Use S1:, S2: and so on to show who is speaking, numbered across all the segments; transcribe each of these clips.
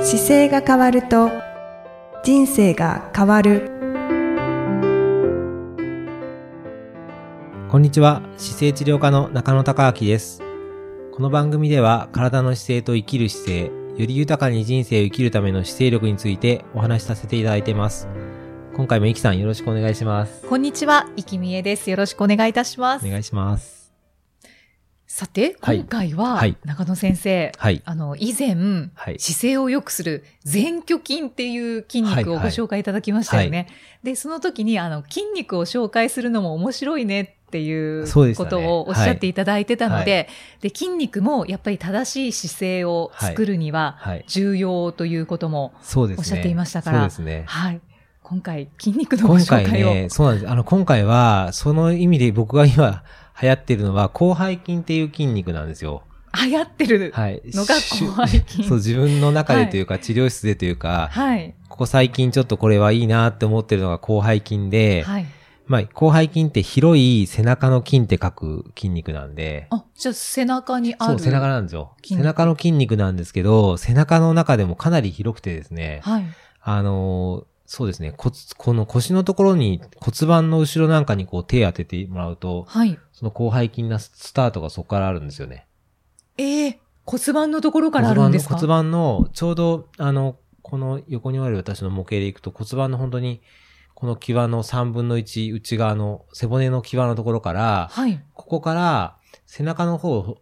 S1: 姿勢が変わると人生が変わる
S2: こんにちは姿勢治療科の中野孝明ですこの番組では体の姿勢と生きる姿勢より豊かに人生を生きるための姿勢力についてお話しさせていただいてます今回もいきさんよろしくお願いします
S3: こんにちは、いきみえです。よろしくお願いいたしま
S2: お
S3: す。
S2: 願いします
S3: さて、
S2: はい
S3: 今回は、
S2: はい
S3: 中野先生、
S2: はい
S3: あの、以前、
S2: はい
S3: 姿勢を良くする前鋸筋っていう筋
S2: はい
S3: 肉
S2: は
S3: を
S2: い
S3: ご紹介いただきましたよね。で、その時に、あの、筋肉を紹介するのも面白いねっていう
S2: そうでした
S3: こ
S2: ね
S3: とをおっしゃっていただいてたので、で、筋肉もやっぱり正しい姿勢を作るには
S2: はい
S3: 重要ということも、
S2: そうですね
S3: おっしゃっていましたから
S2: そうですね
S3: はい。今回、筋肉 のご
S2: 今
S3: 紹
S2: 回
S3: 介を。
S2: ね、そうなんです。あの、今回は、その意味で僕が今流行ってるのは、広背筋っていう筋肉なんですよ。
S3: 流行ってる。
S2: はい。
S3: のが
S2: しゅ
S3: 広背筋
S2: そう、自分の中でというか、治療室でというか、
S3: はい。
S2: ここ最近ちょっとこれはいいなって思ってるのが広背筋で、
S3: はい。
S2: まあ、広背筋って広い背中の筋って書く筋肉なんで、
S3: あ、じゃあ背中にあ
S2: そう、
S3: る。
S2: 背中なんですよ。背
S3: 筋肉
S2: 中の筋肉なんですけど、背中の中でもかなり広くてですね、
S3: はい。
S2: あのーそうですね、骨、この腰のところに骨盤の後ろなんかにこう手当ててもらうと、
S3: はい。
S2: その広背筋のスタートがそこからあるんですよね。
S3: ええ骨盤のところからあるんですか
S2: 骨盤の、骨盤のちょうど、あの、この横にある私の模型でいくと骨盤の本当に、この際の3分の1内側の背骨の際のところから、
S3: はい。
S2: ここから背中の方、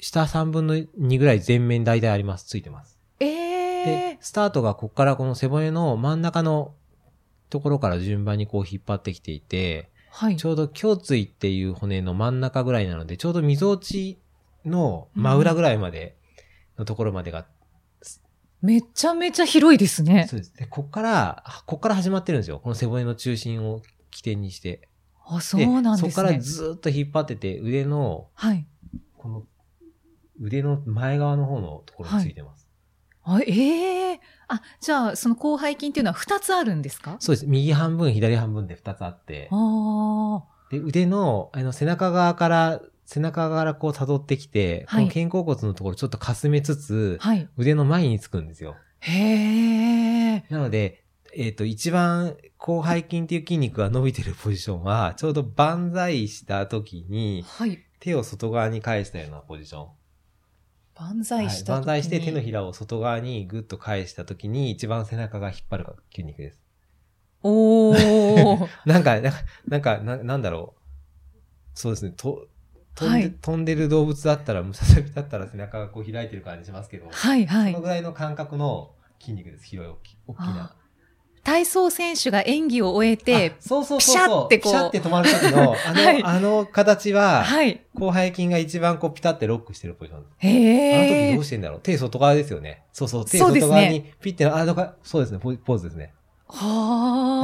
S2: 下3分の2ぐらい全面大体あります。ついてます。
S3: え
S2: で
S3: え、
S2: スタートがここからこの背骨の真ん中のところから順番にこう引っ張ってきていて、
S3: はい
S2: ち。ょうど胸椎っていう骨の真ん中ぐらいなので、ちょうど溝落ちの真裏ぐらいまでのところまでが、
S3: めちゃめちゃ広いですね。
S2: そうです。で、こっから、こっから始まってるんですよ。この背骨の中心を起点にして。
S3: あ、そうなんですね。
S2: そこからずーっと引っ張ってて、腕の、
S3: はい。
S2: この、腕の前側の方のところについてます。
S3: あええあ、じゃあ、その広背筋っていうのは2つあるんですか
S2: そうです。右半分、左半分で2つあって
S3: あ、あ。
S2: で、腕の、あの、背中側から、背中側からこう辿ってきて、
S3: は
S2: こ
S3: い
S2: の肩甲骨のところちょっとかすめつつ、
S3: はい。
S2: 腕の前につくんですよ。
S3: へえ。
S2: なので、えっ、と、一番、広背筋っていう筋肉が伸びてるポジションは、ちょうど万歳した時に、
S3: はい。
S2: 手を外側に返したようなポジション。
S3: 万歳した時に、
S2: 万歳して手のひらを外側にグッと返した時に、一番背中が引っ張る筋肉です。
S3: お ー。
S2: なんか、なんか、なんかななんだろう。そうですね。と飛んで、
S3: はい
S2: 飛んでる動物だったら、ムササビだったら背中がこう開いてる感じしますけど、
S3: はいは
S2: その
S3: い。
S2: ぐらいの感覚の筋肉です。広い、大き大きな。
S3: 体操選手が演技を終えて
S2: あ、そうそうそうそう。
S3: ピシャってこう
S2: ピシャって止まる時の、あの、
S3: はい
S2: あの形は、
S3: はい。
S2: 後背筋が一番こうピタってロックしてるポジションです。あの
S3: へ
S2: 時
S3: え
S2: どう。してんだろう手外側ですよね。そうそう。手
S3: そうです
S2: 外
S3: ね
S2: 側にピッて、あ、だから、そうですね。ポポーズですね。
S3: は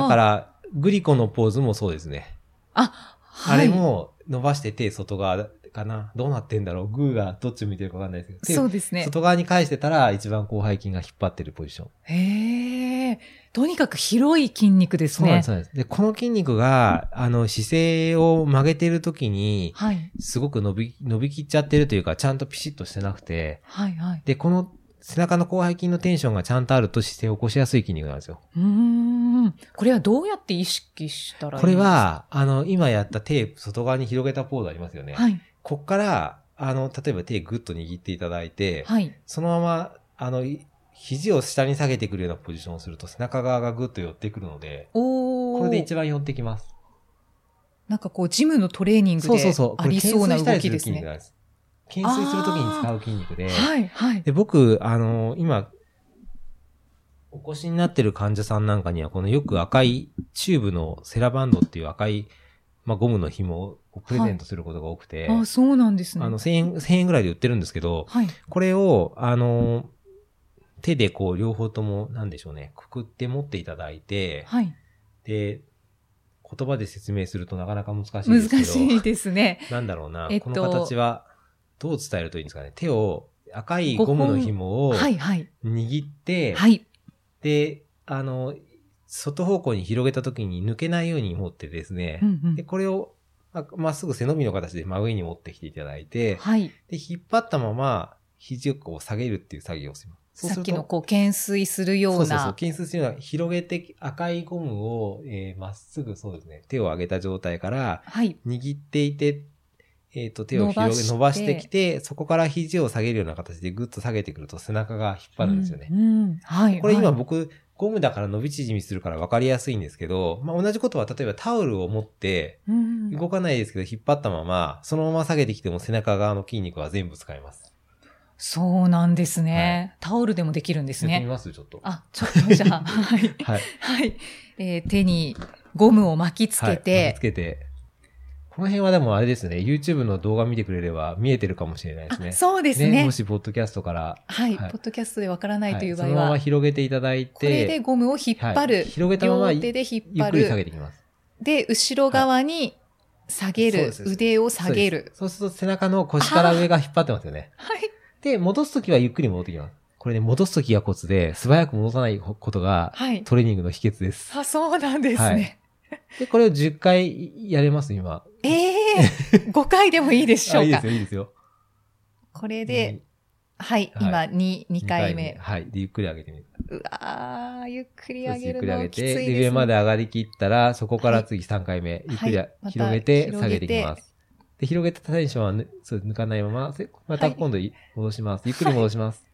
S2: だ
S3: あ。
S2: から、グリコのポーズもそうですね。
S3: あ、
S2: あ
S3: はい、
S2: れも伸ばして手外側かな。どうなってんだろうグーがどっち向いてるかわかんないですけ
S3: そ
S2: ど。
S3: うです
S2: 手
S3: ね。
S2: 外側に返してたら一番後背筋が引っ張ってるポジション。
S3: へえ。とにかく広い筋肉です
S2: そうなんで
S3: ね
S2: す、。そうなんです。で、この筋肉が、あの、姿勢を曲げてる時に、
S3: はい。
S2: すごく伸び、伸びきっちゃってるというか、ちゃんとピシッとしてなくて、
S3: はい、はい。
S2: で、この背中の後背筋のテンションがちゃんとあると姿勢を起こしやすい筋肉なんですよ。
S3: うーん。これはどうやって意識したらいい
S2: これ、は、あの、今やった手、外側に広げたポーズありますよね。
S3: はい。
S2: こっから、あの、例えば手グッと握っていただいて、
S3: はい。
S2: そのまま、あの、い肘を下に下げてくるようなポジションをすると背中側がグッと寄ってくるので、
S3: おー。
S2: これで一番寄ってきます。
S3: なんかこう、ジムのトレーニング
S2: そうそう
S3: で
S2: そう。こ
S3: あ
S2: れ
S3: りそうな動きで
S2: 懸垂し
S3: す
S2: たりる筋肉
S3: ね。
S2: なんです。懸垂するときに使う筋肉で、
S3: はい、はい。
S2: で、僕、あの今、お越しになってる患者さんなんかには、このよく赤いチューブのセラバンドっていう赤い、まあ、ゴムの紐をプレゼントすることが多くて、
S3: あ、そうなんですね。
S2: あの、1000円、1000円ぐらいで売ってるんですけど、
S3: はい。
S2: これを、あの手でこう、両方とも、なんでしょうね、くくって持っていただいて、
S3: はい。
S2: で、言葉で説明するとなかなか難しいですけど、
S3: 難しいですね。
S2: なんだろうな、
S3: えっと
S2: この形は、どう伝えるといいんですかね。手を、赤いゴムの紐を、
S3: はい、はい。
S2: 握って、
S3: はい。
S2: で、あの、外方向に広げた時に抜けないように持ってですね、
S3: うんうん
S2: で、これをあまっすぐ背伸びの形で真上に持ってきていただいて、
S3: はい。
S2: で、引っ張ったまま肘をこう下げるっていう作業をします。そうす
S3: さ
S2: る
S3: っ
S2: と
S3: きのこう、懸垂するよ
S2: そううそうそう。
S3: な。
S2: 筋筋というのは広げて赤いゴムを、えーまっすぐそうですね、手を上げた状態から
S3: はい。
S2: 握っていて、えっ、と、手を広げ、伸ば
S3: 伸
S2: 伸
S3: ば
S2: ば
S3: し
S2: し
S3: て
S2: てきて、そこから肘を下げるような形でぐっと下げてくると背中が引っ張るんですよね。
S3: うんうんはい。
S2: これ
S3: は
S2: 今
S3: い、
S2: 僕、ゴムだから伸び縮みするから分かりやすいんですけど、まあ、同じことは例えばタオルを持って、
S3: うん
S2: 動かないですけど引っ張ったまま、そのまま下げてきても背中側の筋肉は全部使います。
S3: そうなんですね。タオルでもできるんです
S2: やってみ
S3: ね。
S2: ますちょっと。
S3: あ、ちょっとじゃ あ、はい。
S2: はい。
S3: はい。えー手にゴムを巻きつけ
S2: はい巻
S3: て
S2: きつ、けて。この辺はでもあれですね、YouTube の動画見てくれれば見えてるかもしれないですね。
S3: あそうですね。
S2: もし、ポッドキャストから、
S3: はい、
S2: はい
S3: ポッドキャストでわからないという場
S2: そ
S3: 合
S2: の
S3: は、
S2: まま広げていただいて、
S3: これでゴムを引っ張る。
S2: はい広げたまま
S3: 両手で引っ
S2: ゆっ
S3: 張
S2: くり下げ
S3: る。
S2: ていきます。
S3: で、後ろ側に下げ
S2: そう
S3: る
S2: で。す
S3: 腕を下げる。
S2: そうですそうすると背中の腰から上が引っ張ってますよね。
S3: はい。
S2: で、戻すときはゆっくり戻ってきます。これね、戻すときがコツで、素早く戻さないことが、
S3: はい。
S2: トレーニングの秘訣です。
S3: あ、そうなんです
S2: は
S3: ね
S2: い。で、これを10回やれます、今。
S3: ええ 5回でもいいでし
S2: あ
S3: ょ
S2: いういで
S3: か
S2: す。よ、いいですよ。
S3: これで、はい、今
S2: は
S3: 2、2回目。
S2: はい。で、ゆっくり上げてみる。
S3: うわー、ゆっくり
S2: そうです
S3: 上げ
S2: ゆっ
S3: る
S2: くり上
S3: の
S2: げ
S3: きつい
S2: て、
S3: です、
S2: で
S3: ね。
S2: 上 まで上がりきったら、そこから次3回目、ゆっくり
S3: はいまた
S2: 広げて、
S3: 広
S2: 下
S3: げて
S2: げていきます。で、広げたテンションはぬそう抜かないまま、せまた今度い戻します。ゆっくり戻します。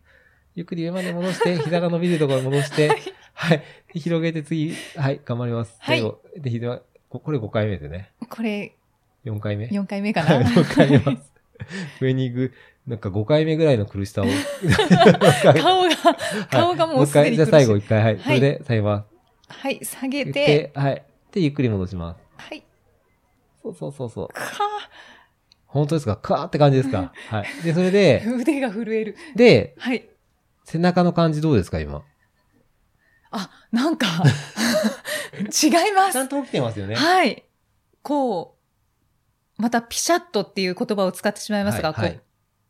S2: ゆっくり上まで戻して、膝が伸びるところに戻して、はい。で広げて次、はい、頑張ります。
S3: はい
S2: 最後、で、膝は、ここれ5回目ですね。
S3: これ、
S2: 4回目。
S3: 4回目か
S2: は
S3: な。
S2: い、4回目です。上に行く、なんか5回目ぐらいの苦しさを。
S3: 顔が、顔がもうす
S2: は
S3: で
S2: い
S3: に
S2: もう一回、じゃあ
S3: 苦しい
S2: 最後1回、はい。
S3: い
S2: これで、最後は。
S3: はい、下げ、
S2: 言ってて、はい。で、ゆっくり戻します。
S3: はい、
S2: そうそうそうそう。
S3: か
S2: 本当ですかカーって感じです かはい。で、それで、
S3: ー腕が震える。
S2: で、
S3: はい。
S2: 背中の感じどうですか今。
S3: あ、なん か、違いま
S2: ちゃん
S3: す。
S2: と起きてますよね。
S3: はい。こう、またピシャッとっていう言葉を使ってしまいますが、
S2: はいはい
S3: こう、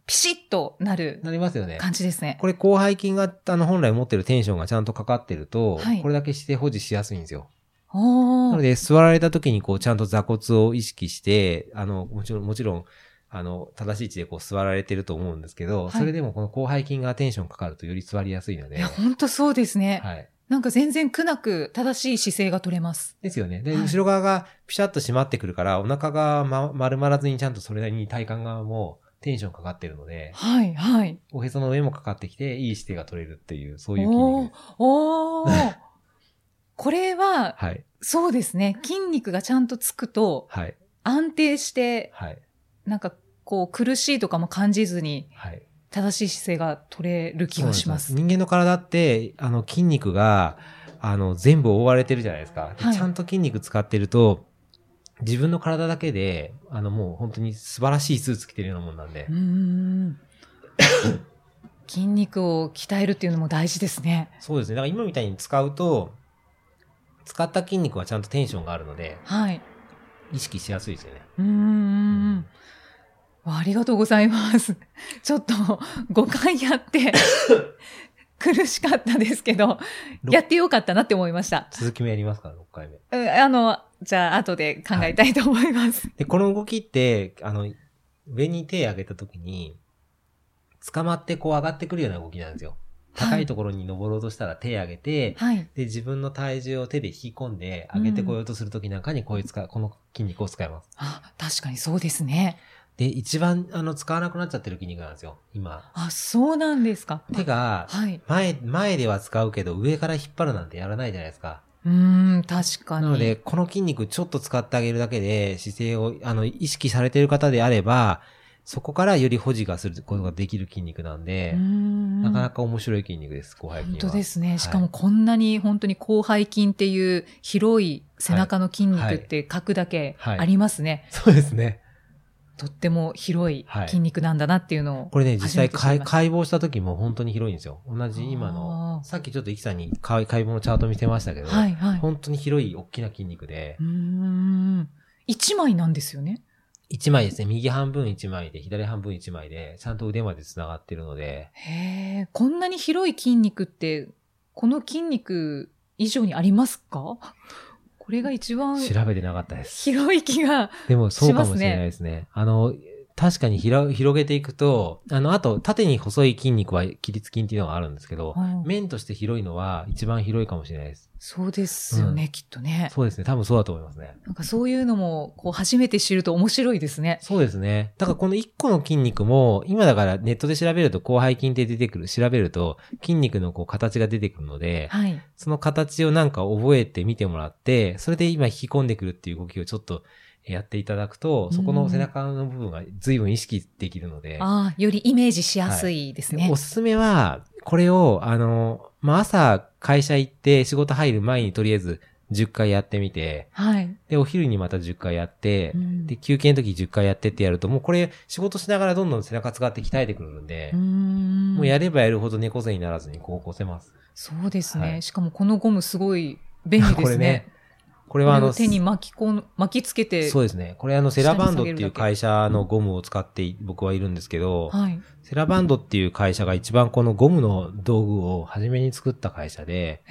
S3: ピシッとなる
S2: なりますよね。
S3: 感じですね。
S2: これ、広背筋が、あの、本来持ってるテンションがちゃんとかかってると、
S3: はい
S2: これだけ姿勢保持しやすいんですよ。
S3: お
S2: なの
S3: ー。
S2: で、座られた時に、こう、ちゃんと座骨を意識して、あの、もちろん、もちろん、あの、正しい位置でこう座られてると思うんですけど、
S3: はい
S2: それでもこの広背筋がテンションかかるとより座りやすいの
S3: い
S2: で、
S3: や、
S2: は
S3: 本当そうですね。
S2: い。
S3: なんか全然苦なく正しい姿勢が取れます。
S2: ですよね。で、
S3: はい
S2: 後ろ側がピシャッと締まってくるから、お腹が、ま、丸まらずにちゃんとそれなりに体幹側もテンションかかってるので、
S3: はい、はい。
S2: おへその上もかかってきて、いい姿勢が取れるっていう、そういう筋
S3: お
S2: 肉
S3: ー。おー。これは、
S2: はい、
S3: そうですね。筋肉がちゃんとつくと
S2: はい、
S3: 安定して、
S2: はい、
S3: なんかこう苦しいとかも感じずに
S2: はい。
S3: 正しい姿勢が取れる気がします。
S2: 人間の体って、あの、筋肉が、あの、全部覆われてるじゃないですか。で
S3: はい
S2: ちゃんと筋肉使ってると、自分の体だけで、あの、もう本当に素晴らしいスーツ着てるようなもんなんで
S3: う、ーん筋肉を鍛えるっていうのも大事ですね。
S2: そうですね。だから今みたいに使うと、使った筋肉はちゃんとテンションがあるので、
S3: はい。
S2: 意識しやすいですよね。
S3: うーん。わありがとうございます。ちょっと5回やって苦しかったですけど、
S2: ろ
S3: やってよかったなって思いました。
S2: 続きもやりますから、6回目。
S3: うんあの、じゃあ後で考えたいと思います。
S2: で、この動きって、あの、上に手を上げた時に、捕まってこう上がってくるような動きなんですよ。
S3: はい
S2: 高いところに登ろうとしたら手を上げて、
S3: はい。
S2: で、自分の体重を手で引き込んで、上げてこようとするときなんかに、こういう使う、この筋肉を使います。
S3: あ、確かにそうですね。
S2: で、一番、あの、使わなくなっちゃってる筋肉なんですよ、今。
S3: あ、そうなんですか。
S2: 手が、
S3: はい。
S2: 前、前では使うけど、上から引っ張るなんてやらないじゃないですか。
S3: うーん、確かに。
S2: なので、この筋肉ちょっと使ってあげるだけで、姿勢を、あの、意識されている方であれば、そこからより保持がすることができる筋肉なん
S3: う
S2: で
S3: ー、ん、
S2: なかなか面白い筋肉です、後背筋
S3: 本
S2: は。
S3: 当です
S2: は
S3: ね。
S2: い
S3: しかもこんなに本当に広背筋っていう広い背中の筋肉って書くだけ
S2: はい
S3: ありますね。
S2: そうですね。
S3: とっても広い
S2: はい
S3: 筋肉なんだなっていうのを。
S2: これね、実際
S3: 初め
S2: 解
S3: て知りました
S2: 解剖した時も本当に広いんですよ。同じ今
S3: あ
S2: の、
S3: ー
S2: さっきちょっとイキさんに解解剖のチャート見せましたけど、
S3: はいはい。
S2: 本当に広い大きな筋肉で
S3: う、ーん。一枚なんですよね。
S2: 1枚ですね、右半分1枚で、左半分1枚で、ちゃんと腕まで繋がってるので、
S3: へえ、こんなに広い筋肉って、この筋肉以上にありますかこれが一番
S2: 調べてなかったです。
S3: 広い気が。
S2: でもそうかもしれないですね。あの、確かにひら広げていくと、あの、あと、縦に細い筋肉は起立筋っていうのがあるんですけど、
S3: うん
S2: 面として広いのは一番広いかもしれないです。
S3: そうですよね、きっとね。
S2: そうですね。多分そうだと思いますね。
S3: なんかそういうのも、こう、初めて知ると面白いですね。
S2: そうですね。だからこの1個の筋肉も、今だからネットで調べると広背筋って出てくる、調べると筋肉のこう形が出てくるので、
S3: はい。
S2: その形をなんか覚えてみてもらって、それで今引き込んでくるっていう動きをちょっとやっていただくと、そこの背中の部分が随分意識できるので、
S3: ああ、よりイメージしやすいですね。
S2: おすすめは、これを、あの、まあ、朝会社行って仕事入る前にとりあえず10回やってみて、
S3: はい。
S2: で、お昼にまた10回やって
S3: う、ん
S2: で、休憩の時10回やってってやると、もうこれ仕事しながらどんどん背中使って鍛えてくるんで
S3: うー、ん
S2: もうやればやるほど猫背にならずにこう越せます。
S3: そうですね、
S2: はい
S3: しかもこのゴムすごい便利で
S2: これ
S3: すね
S2: ね。これ
S3: こ
S2: はあ
S3: れを
S2: の、
S3: 手に巻きこん巻きつけて。
S2: そうですね。これあの、セラバンドってい
S3: 下
S2: う
S3: に下げるだけ
S2: 会社のゴムを使って僕はいるんですけど、
S3: はい。
S2: セラバンドっていう会社が一番このゴムの道具を初めに作った会社で、
S3: へ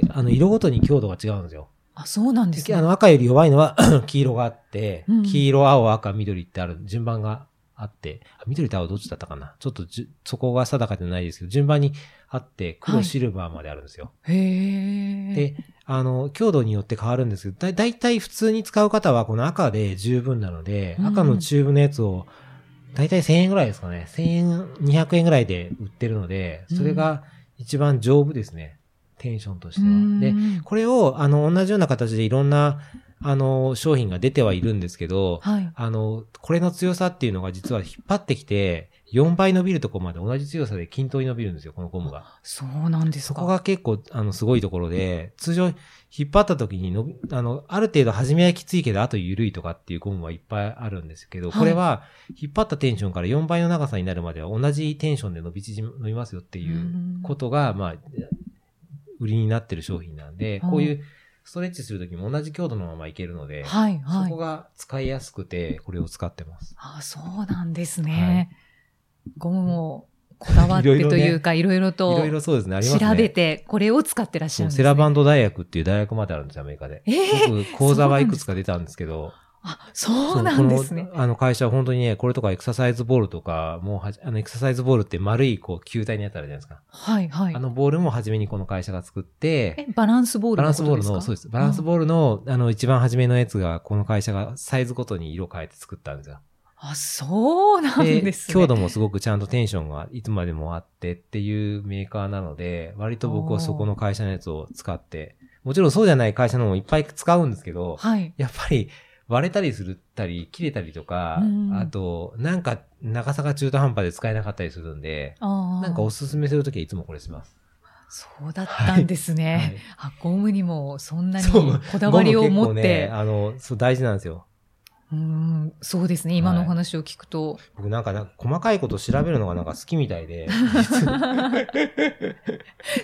S2: で、あの、色ごとに強度が違うんですよ。
S3: あ、そうなんです
S2: あ
S3: ね。
S2: の、赤より弱いのは 黄色があって、
S3: うん
S2: 黄色、青、赤、緑ってある、順番があって、あ緑と青どっちだったかなちょっとじゅそこが定かじゃないですけど、順番にあって、黒、
S3: はい
S2: シルバーまであるんですよ。
S3: へえ。
S2: で、あの、強度によって変わるんですけど、だだいたい普通に使う方はこの赤で十分なので、
S3: うん
S2: 赤のチューブのやつを、だいたい1000円ぐらいですかね。1000円、200円ぐらいで売ってるので、それが一番丈夫ですね。テンションとして
S3: うーん
S2: は。で、これを、あの、同じような形でいろんな、あの、商品が出てはいるんですけど、
S3: はい。
S2: あの、これの強さっていうのが実は引っ張ってきて、4倍伸びるとこまで同じ強さで均等に伸びるんですよ、このゴムが。
S3: そうなんです
S2: そ
S3: か。
S2: こが結構、あの、すごいところで、通常、引っ張った時に伸び、あの、ある程度始めはきついけど、あと緩いとかっていうゴムはいっぱいあるんですけど、
S3: はい
S2: これは、引っ張ったテンションから4倍の長さになるまでは同じテンションで伸び縮み、伸びますよっていう
S3: うん
S2: ことが、まあ、売りになってる商品なんで、
S3: うん
S2: こういうストレッチするときも同じ強度のままいけるので、
S3: はい、
S2: そ
S3: はい
S2: こ。が使いやすくて、これを使ってます。
S3: あ、そうなんですね。ゴムもこだわってというか、いろいろ
S2: い
S3: と
S2: ろいろそうですね、ありますね。
S3: 調べて、これを使ってらっしゃ
S2: そ
S3: る
S2: う
S3: んです、
S2: セ
S3: ね。
S2: ラバンド大学っていう大学まであるんですよ、アメリカで。
S3: ええ
S2: 僕、講座はいくつか出たんですけど、
S3: あ、そうなんです
S2: そ
S3: ね
S2: う。このあの会社は本当にね、これとかエクササイズボールとか、もうはじ、あの、エクササイズボールって丸い、こう、球体にやったらじゃないですか。
S3: はい、はい
S2: あ。のボールも初めにこの会社が作って、
S3: え、バランスボール
S2: バラ
S3: の
S2: ン
S3: こ
S2: スボー
S3: と
S2: ル
S3: ですか
S2: の、そうです。バランスボールの、あの、一番初めのやつが、この会社がサイズごとに色変えて作ったんですよ。
S3: あ、そうなん
S2: で
S3: ですね。
S2: 強度もすごくちゃんとテンションがいつまでもあってっていうメーカーなので、割と僕はそこの会社のやつを使って、もちろんそうじゃない会社のもいっぱい使うんですけど、
S3: はい。
S2: やっぱり割れたりするったり、切れたりとか
S3: うん、
S2: あと、なんか長さが中途半端で使えなかったりするんで、
S3: ああ。
S2: なんかおすすめするときはいつもこれします。
S3: そうだったんですね。
S2: はい
S3: あ、ゴムにもそんなに
S2: そう
S3: こだわりを持
S2: ゴム結構
S3: っ
S2: ね
S3: て。
S2: あの、そう大事なんですよ。
S3: うーん、そうですね。今のお話を聞くと。
S2: 僕なんかな細かいこと調べるのがなんか好きみたい で、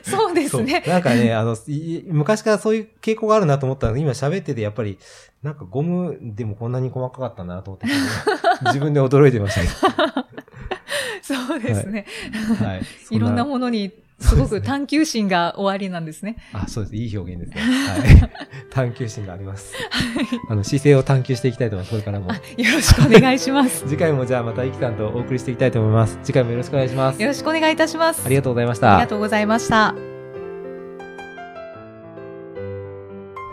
S3: そうですね
S2: そう。なんかね、あの、い昔からそういう傾向があるなと思ったので、今喋ってて、やっぱり、なんかゴムでもこんなに細かかったなと思って、自分で驚いてました
S3: そうですね。
S2: けど。はい。そ
S3: いろんなものにすごく探求心が終わりなんですね。
S2: あ、そうです。いい表現 ですね。はい。探求心があります。あの、姿勢を探求していきたいと思います。これからも
S3: あ。よろしくお願いします。
S2: 次回もじゃあまた、イキさんとお送りしていきたいと思います。次回もよろしくお願いします
S3: よ。ろしくお願いいたします。
S2: ありがとうございまし
S3: あり
S2: た
S3: が。とうございました。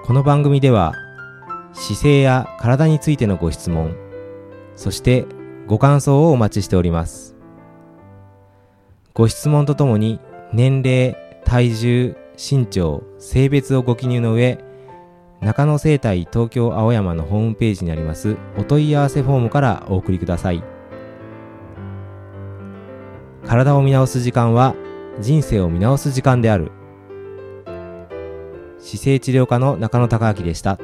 S2: この番組では姿勢や体についてのご質問そしてご感想をお待ちしておりますご質問とともに年齢体重身長性別をご記入の上中野生態東京青山のホームページにありますお問い合わせフォームからお送りください体を見直す時間は人生を見直す時間である姿勢治療科の中野孝明でした